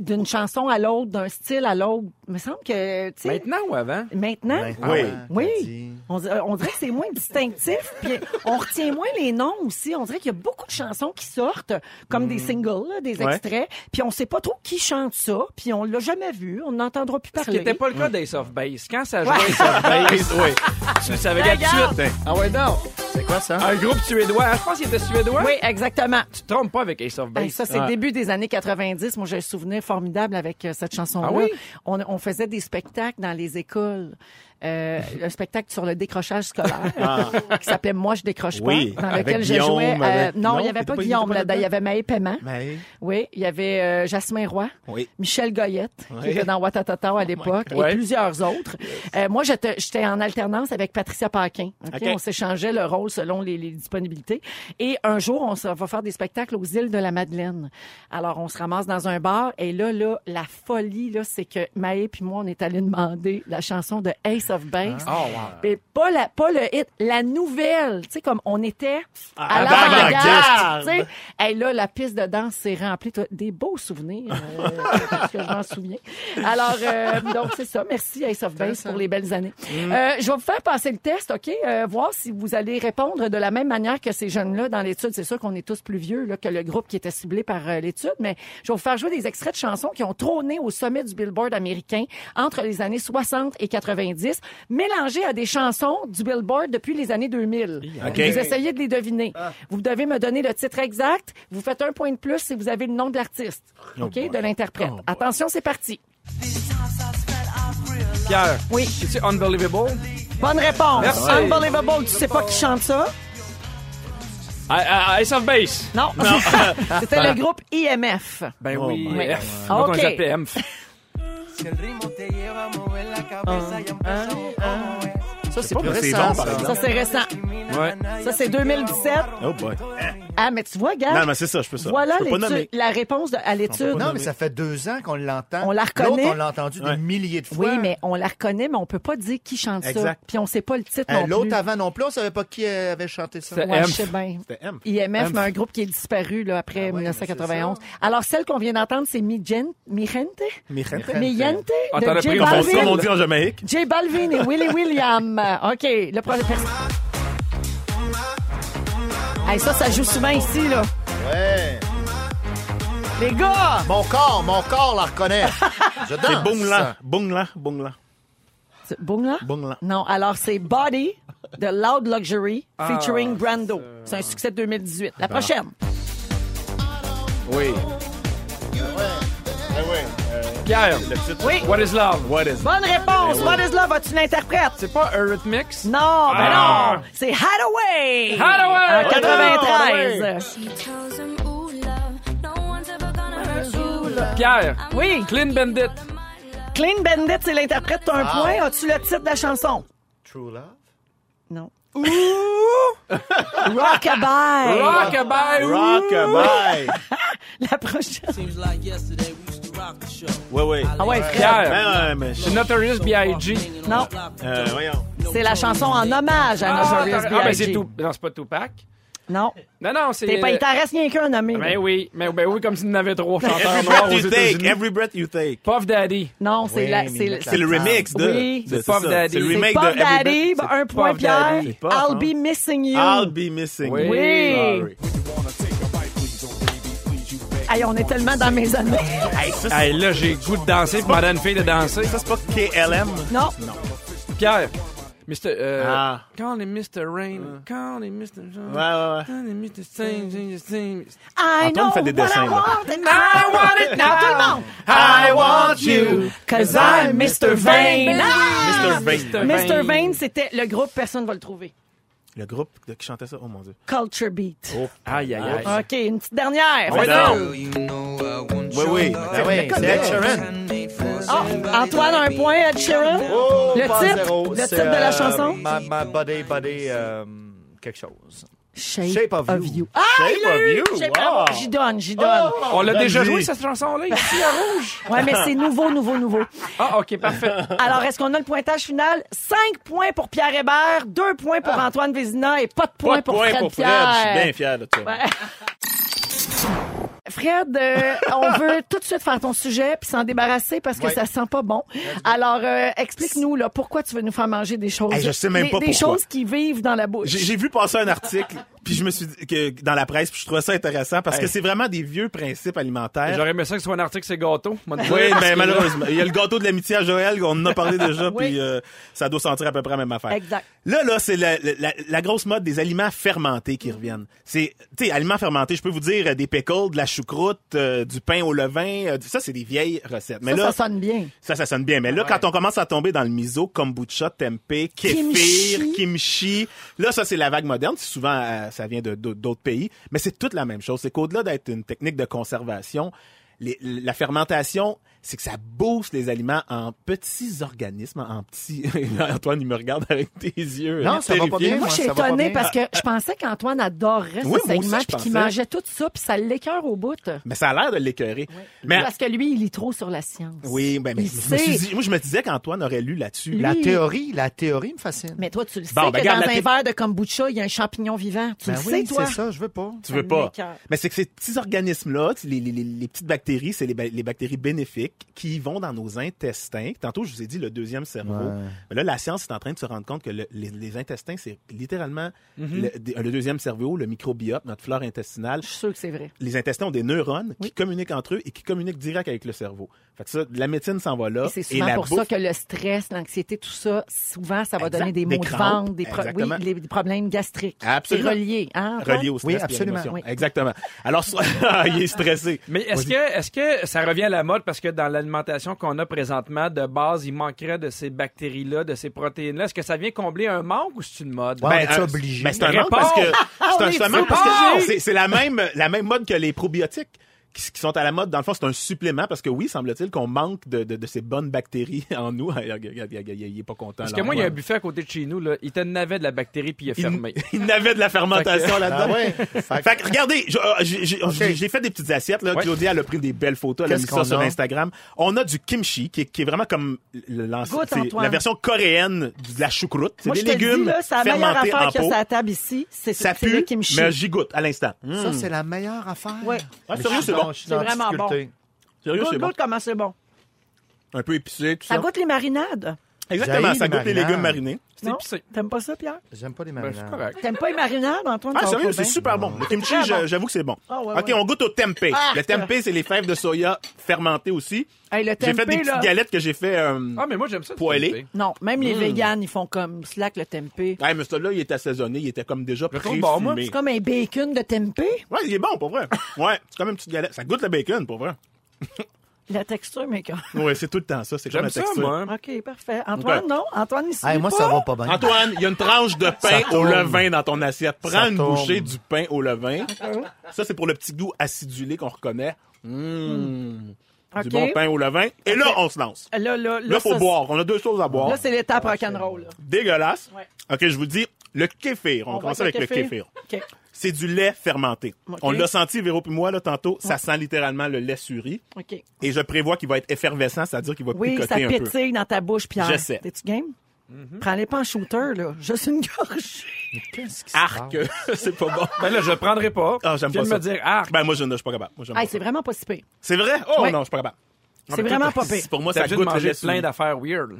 d'une chanson à l'autre, d'un style à l'autre. Il me semble que, tu sais, Maintenant ou avant? maintenant, Maintenant, Oui. t'as Oui. dit. on, di- on dirait que c'est moins distinctif, *laughs* puis on retient moins les noms aussi. On dirait qu'il y a beaucoup de chansons qui sortent comme des singles, là, des Ouais. extraits, puis on sait pas trop qui chante ça, puis on l'a jamais vu, on n'entendra plus Ce qui parler. n'était pas le cas d'Ace of Base. Quand ça jouait Ouais. Ace of Base, Oui. tu le savais tout de suite. Ah ouais, donc. C'est quoi ça? Un groupe suédois. Je pense qu'il était suédois. Oui, exactement. Tu te trompes pas avec Ace of Hey, Base. ça, c'est le début des années 90. Moi, j'ai un souvenir formidable avec euh, cette chanson-là. Ah oui? on, on faisait des spectacles dans les écoles. Euh, un spectacle sur le décrochage scolaire qui s'appelait Moi, je décroche pas, Ah. Oui, dans avec lequel je Guillaume, jouais. euh, avec- Non, Non, il n'y avait t'étais pas pas- Guillaume t'étais pas là-dedans. Il y avait Maë Paiement. Mais... Oui, il y avait euh, Jasmin Roy, Oui. Oh Michel Goyette, qui était dans Watatata à l'époque, et Ouais. plusieurs autres. Euh, moi, j'étais j'étais en alternance avec Patricia Paquin. ok? Ok. On s'échangeait le rôle selon les, les disponibilités. Et un jour, on se- va faire des spectacles aux îles de la Madeleine. Alors, on se ramasse dans un bar, et là, là la folie, là, c'est que Maë puis moi, on est allé demander la chanson de Ace of Base. Ah. Oh, Mais pas, la, pas le hit, la nouvelle. Tu sais, comme on était Ah, à avant-garde. l'avant-garde. tu sais. Hey, là, la piste de danse s'est remplie. Toi, Des beaux souvenirs, euh, parce que je m'en souviens. Alors, euh, donc, c'est ça. Merci, Ace of Base, pour les belles années. Euh, je vais vous faire passer le test, OK? Euh, voir si vous allez répondre de la même manière que ces jeunes-là dans l'étude. C'est sûr qu'on est tous plus vieux là, que le groupe qui était ciblé par euh, l'étude, mais je vais vous faire jouer des extraits de chansons qui ont trôné au sommet du Billboard américain entre les années 60 et 90, mélangées à des chansons du Billboard depuis les années 2000. OK. Vous essayez de les deviner. Ah. Vous devez me donner le titre exact. Vous faites un point de plus si vous avez le nom de l'artiste, OK, de l'interprète. Oh boy. Attention, c'est parti. Pierre. Oui. C'est Unbelievable. Bonne réponse. Merci. Unbelievable, tu sais pas qui chante ça? Ah, Ace of Base. Non. *laughs* C'était le groupe IMF. Ben Oh oui. my F. God. Moi, quand Ok. j'appelais MF. Si el ritmo te lleva a mover la cabeza, ya empezamos como es. Ça, c'est pas, plus mais Ah, c'est récent. bon, par ça. exemple. Ça, c'est récent. Ouais. Ça, c'est 2017. Oh boy. Ah, mais tu vois, gars. Non, mais c'est ça, je peux ça. Voilà je peux pas l'étude- nommer. la réponse de- à l'étude. pas Non, mais ça fait deux ans qu'on l'entend. On la reconnaît. L'autre, on l'a entendu Ouais. des milliers de fois. Oui, mais on la reconnaît, mais on peut pas dire qui chante ça. Exact. Euh, Puis on sait pas le titre Hein, non plus. L'autre avant non plus, on savait pas qui euh, avait chanté ça. C'est- Ouais, M. je sais bien. C'était M. IMF, mais un groupe qui est disparu là, après Ah ouais, 1991. mais Alors, celle qu'on vient d'entendre, c'est Mi, Gen... Mi Gente? Mais Rente. Rente. Mi Gente Ah, de t'aurais J pris Comme on- comme on Balvin. dit en Jamaïque. J Balvin et Willie William. OK, le projet... Hey, ça, ça joue souvent ici, là. Ouais. Les gars! Mon corps, mon corps la reconnaît. *laughs* Je danse. C'est Boongla, Boongla, Boongla, C'est Bungla? Boongla. Non, alors c'est Body de Loud Luxury featuring Brando. C'est un succès de 2018. La prochaine. Oui. Ah ouais. Pierre, Le titre. Oui. What is love? What is Bonne réponse. What is love? As-tu l'interprète? C'est pas Eurythmics? Non, ben Ah. non. C'est Hathaway. Hathaway. En 93. She tells him, ooh, love, no one's ever gonna hurt you. Pierre. Oui. Clean Bandit. Clean Bandit, c'est l'interprète. T'as Ah. un point. As-tu le titre de la chanson? True Love. Non. Ouh! *laughs* Rockabye. Rockabye. Rockabye. La prochaine. Seems like yesterday we used to rock the show. Ouais, ouais. Ah ouais, frère. Pierre. Ben, ouais, mais je- The Notorious B.I.G. Non. Euh, voyons. C'est la chanson en hommage à Notorious Ah, ben c'est B.I.G.. tout. Non, c'est pas Tupac. Non. Non, non, c'est. euh, T'es pas, il t'en reste rien qu'un nommé. Ben oui, mais ben oui, comme s'il y en avait trois chanteurs Every noirs breath aux you take, États-Unis. every breath you take. Puff Daddy. Non, c'est Oui, la, mais c'est il C'est le Ah. remix de. Oui. de- C'est c'est Puff ça. Daddy. C'est le C'est C'est remake Puff de Daddy, Every ben, Breath. un point Puff Pierre. Daddy. Puff, I'll hein. be missing you. I'll be missing. Oui. you. Oui. Sorry. Hey, on est tellement dans mes années. Hey, ça, c'est- Hey, là, j'ai le goût de danser pour demander à une fille de danser. ça, c'est pas KLM. Non. Pierre. Mr. Euh, Ah. Call him Mr. Rain. Call him Mr. Ouais, ouais, ouais. Call him Mr. Sing, sing, sing. I know Antoine fait des what dessins, I là. want and I want it now. Tout le monde. I want you. Cause I'm Mr. Vane. Mr. Vane. Mr. Vane, c'était le groupe, personne va le trouver. Le groupe de- qui chantait ça, oh mon dieu. Culture Beat. Oh, Aïe, aïe, aïe. OK, une petite dernière. Ouais, Facile. non. You know I want Oui, oui. Ah oui, c'est Ed Sheeran. handmade for Ah, Antoine, un point, Ed Sheeran. Oh, le pas titre, zéro, le c'est, titre de la euh, chanson. My, my body, body, euh, quelque chose. Shape, Shape of You. Ah, Shape il l'a of eu! You, Shape- wow. bravo, J'y donne, j'y donne. Ah. On l'a déjà Vas-y. joué, cette chanson-là, ici, à Rouge. Oh. Ouais, mais *laughs* c'est nouveau, nouveau, nouveau. Ah, OK, parfait. Alors, est-ce qu'on a le pointage final? 5 points pour Pierre Hébert, 2 points pour Antoine Vézina et pas de points Ah. Pas de pour point Fred pour Fred. Pierre. Je suis bien fier de toi. Fred, euh, on veut tout de suite faire ton sujet puis s'en débarrasser parce que Ouais. ça sent pas bon. Alors, euh, explique-nous là pourquoi tu veux nous faire manger des choses. Hey, je sais même des, pas des pourquoi. choses qui vivent dans la bouche. J'ai j'ai vu passer un article, puis je me suis dit que dans la presse, puis je trouvais ça intéressant parce que c'est vraiment des vieux principes alimentaires. J'aurais aimé ça que ce soit un article, c'est gâteau. Moi, *laughs* Oui, ben, parce que mais là- malheureusement, il y a le gâteau de l'amitié à Joël, on en a parlé déjà, *laughs* Oui. puis euh, ça doit sentir à peu près la même affaire. Exact. Là, là, c'est la, la- la- la grosse mode des aliments fermentés qui reviennent. C'est, tu sais, aliments fermentés, je peux vous dire euh, des pickles, de la choucroute, euh, du pain au levain, euh, du- ça, c'est des vieilles recettes. Mais ça, là, ça sonne bien. ça, ça sonne bien. Mais là, quand on commence à tomber dans le miso, kombucha, tempeh, kéfir, Kimchi. kimchi, là, ça, c'est la vague moderne. C'est souvent, euh, ça vient de- de- d'autres pays. Mais c'est toute la même chose. C'est qu'au-delà d'être une technique de conservation, les- la fermentation, c'est que ça booste les aliments en petits organismes, en petits... *laughs* Antoine, il me regarde avec tes yeux. Non, hein, ça va pas terrifié. bien. Moi, je suis ça va pas étonnée bien. parce que je pensais qu'Antoine adorerait Oui, moi ce aussi, segment je puis qu'il pensais. mangeait tout ça puis ça l'écœure au bout. Mais ça a l'air de l'écœurer. Mais... Parce que lui, il lit trop sur la science. Oui, ben, mais Il je me suis sait. dit- moi, je me disais qu'Antoine aurait lu là-dessus. Lui, La- La théorie, la théorie me fascine. Mais toi, tu le sais Bon, ben, que dans garde un la tête. verre de kombucha, il y a un champignon vivant. Tu Ben le oui, sais, toi. c'est ça, je veux pas. tu veux Ça pas. m'écoeure. Mais c'est que ces petits organismes-là, les, les- les- les petites bactéries, c'est les, ba- les bactéries bénéfiques qui vont dans nos intestins. Tantôt, je vous ai dit le deuxième cerveau. Mais Là, la science est en train de se rendre compte que le- les, les intestins, c'est littéralement Mm-hmm. le, le deuxième cerveau, le microbiote, notre flore intestinale Je suis sûre que c'est vrai. les intestins ont des neurones qui communiquent entre eux et qui communiquent direct avec le cerveau. Fait que ça, la médecine s'en va là. Et c'est et souvent la pour bouffe- ça que le stress, l'anxiété, tout ça, souvent, ça va Exact. donner des Des maux de crampes. ventre, des, pro- oui, Exactement. les- des problèmes gastriques. Absolument. C'est relié, hein? Antoine? relié au stress Oui, et à absolument. l'émotion. Oui. Exactement. Alors, so- *laughs* Ah, il est stressé. Mais est-ce que, est-ce que ça revient à la mode parce que dans l'alimentation qu'on a présentement, de base, il manquerait de ces bactéries-là, de ces protéines-là? Est-ce que ça vient combler un manque ou c'est une mode? Ah, Ouais. on est-tu euh, obligé? ben, c'est un Réponds! manque parce que On c'est un- est-tu c'est un manque parce que obligé? c'est- c'est la même la même mode que les probiotiques. qui, qui sont à la mode. Dans le fond, c'est un supplément parce que oui, semble-t-il qu'on manque de, de- de ces bonnes bactéries *laughs* en nous. Regarde, regarde, regarde, Il est pas content. Parce là, que moi, il y a un Antoine. buffet à côté de chez nous, là. Il te navait de la bactérie puis il a fermé. *laughs* *laughs* il, il n'avait de la fermentation là-dedans. Ah *laughs* ouais? Fait que- *laughs* Fait que regardez, je- euh, j'ai j'ai- j'ai- j'ai fait des petites assiettes. Là. Ouais. Claudia, elle a pris des belles photos. Elle a Qu'est-ce mis ça qu'on sur a? Instagram. On a du kimchi, qui, est- qui est vraiment comme l- l'ancien- Goûte, c'est Antoine. la version coréenne de la choucroute. C'est Moi, des je te le dis, légumes là, c'est la meilleure fermentés en affaire qu'il y a pot. sur la table ici. C'est Ça c'est le pue, kimchi. mais j'y goûte à l'instant. Mm. *laughs* Ça, c'est la meilleure affaire. Ouais. Ah, Mais sérieux, Hmm. je suis c'est dans- bon. je suis dans C'est vraiment difficulté. Sérieux, Goûte, c'est bon. goûte comment c'est bon. Un peu épicé, tout ça. Ça goûte les marinades. Exactement, J'haïs ça les goûte les marinades. légumes marinés. C'est Non? épicé. T'aimes pas ça, Pierre? J'aime pas les Ben, marinades. c'est correct. T'aimes pas les marinades, Antoine? Ah, ça va sérieux, pas c'est bien? super bon. Le kimchi, Très je- bon. j'avoue que c'est bon. Ah, ouais, OK, ouais. on goûte au tempeh. Ah! le tempeh, c'est les fèves de soya fermentées aussi. Hey, le J'ai fait des tempeh, là. petites galettes que j'ai fait... euh, Ah, mais moi, j'aime ça. le Poêlé. tempeh. Non, même Mmh. les véganes, ils font comme slack le tempeh. Ah, mais celui-là, il est assaisonné, il était comme déjà Le trouve bon, moi. pré-fumé. C'est comme un bacon de tempeh. Ouais, il est bon, pour vrai. Ouais, c'est comme une petite galette. Ça goûte le bacon, pour vrai. La texture, mais quand... Ouais, c'est tout le temps ça, c'est comme J'aime la ça, texture. moi. OK, parfait. Antoine, Ok. non? Antoine, il suit Hey, moi, ça va pas bien. Antoine, il y a une tranche de pain Ça au tourne. levain dans ton assiette. Prends Ça une tourne. bouchée du pain au levain. Ah, Ça, c'est pour le petit goût acidulé qu'on reconnaît. Mmh. OK. Du bon pain au levain. Et là, on se lance. Là, là, là, Là, faut ça, boire. On a deux choses à boire. Là, c'est l'étape rock'n'roll. là. Dégueulasse. Ouais. OK, je vous dis, le kéfir. On, va commence avec le kéfir. OK. C'est du lait fermenté. OK. On l'a senti, Véro puis moi, là, tantôt. Ça sent littéralement le lait suri. OK. Et je prévois qu'il va être effervescent, c'est-à-dire qu'il va Oui, picoter ça un peu. pétille dans ta bouche, Pierre. Je sais. T'es-tu game? Prends-les pas en shooter, là. Juste une gorge. Qu'est-ce qui se Arc, Ah, *laughs* c'est pas bon. Ben là, je le prendrai pas. Ah, j'aime Tu viens pas de ça. me dire, ah, Ben moi, je ne je suis pas capable. Moi, j'aime *laughs* Hey, pas c'est ça. vraiment pas si pire. C'est vrai? Oh Ouais. non, je suis pas capable. C'est vraiment pas pire. *laughs* C'est- Pour moi, t'as ça juste goûte le mangé lait plein suri. d'affaires weird.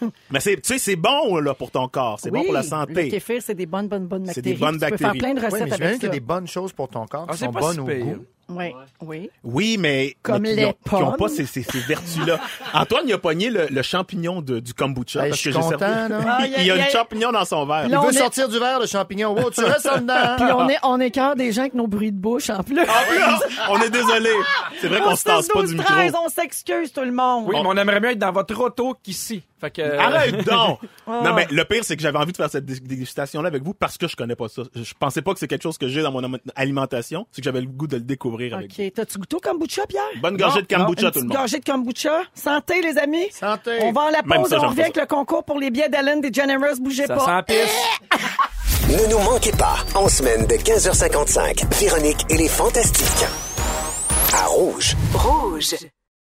Mais- Mais c'est, tu sais, c'est bon là, pour ton corps. C'est bon Oui, pour la Le santé. kéfir, c'est des bonnes, bonnes, bonnes bactéries. C'est des bonnes Tu peux faire bactéries. plein de Oui, mais recettes j'imagine avec qu'il y ça. a des bonnes choses pour ton corps Ah, qui c'est sont pas bonnes si au pire. goût. Oui, oui. Oui, mais Comme mais qui les ont- qui ont pommes. pas ces, ces- ces *laughs* vertus-là. Antoine, il a pogné le, le champignon de- du kombucha. Ben, parce que je suis j'ai content, servi- *laughs* là. Ah, Il- Il y a y a- le champignon dans son verre. Là, *laughs* Il on veut est- sortir du verre, le champignon. Wow, tu restes dedans. hein? Puis on est, on écœure des gens avec nos bruits de bouche en plus. Ah, *laughs* là, on est désolé. C'est Oh, vrai qu'on se tasse pas du 16, micro. 13, on s'excuse tout le monde. Oui, mais on aimerait mieux être dans votre auto qu'ici. Fait que. euh, Arrête *laughs* donc! Ah. Non, mais le pire, c'est que j'avais envie de faire cette dé- dégustation-là avec vous parce que je connais pas ça. Je pensais pas que c'est quelque chose que j'ai dans mon am- alimentation. C'est que j'avais le goût de le découvrir avec OK. T'as-tu goûté au kombucha, Pierre? vous. Bonne gorgée Non, de kombucha, Une tout le petite monde. gorgée de kombucha. Santé, les amis. Santé. On va à la Même pause ça, et on j'aime revient pas avec ça. le concours pour les billets d'Ellen DeGeneres. Bougez Ça pas. sent la pisse. Ne nous manquez pas, en semaine de 15h55, Véronique et les Fantastiques. À Rouge. Rouge.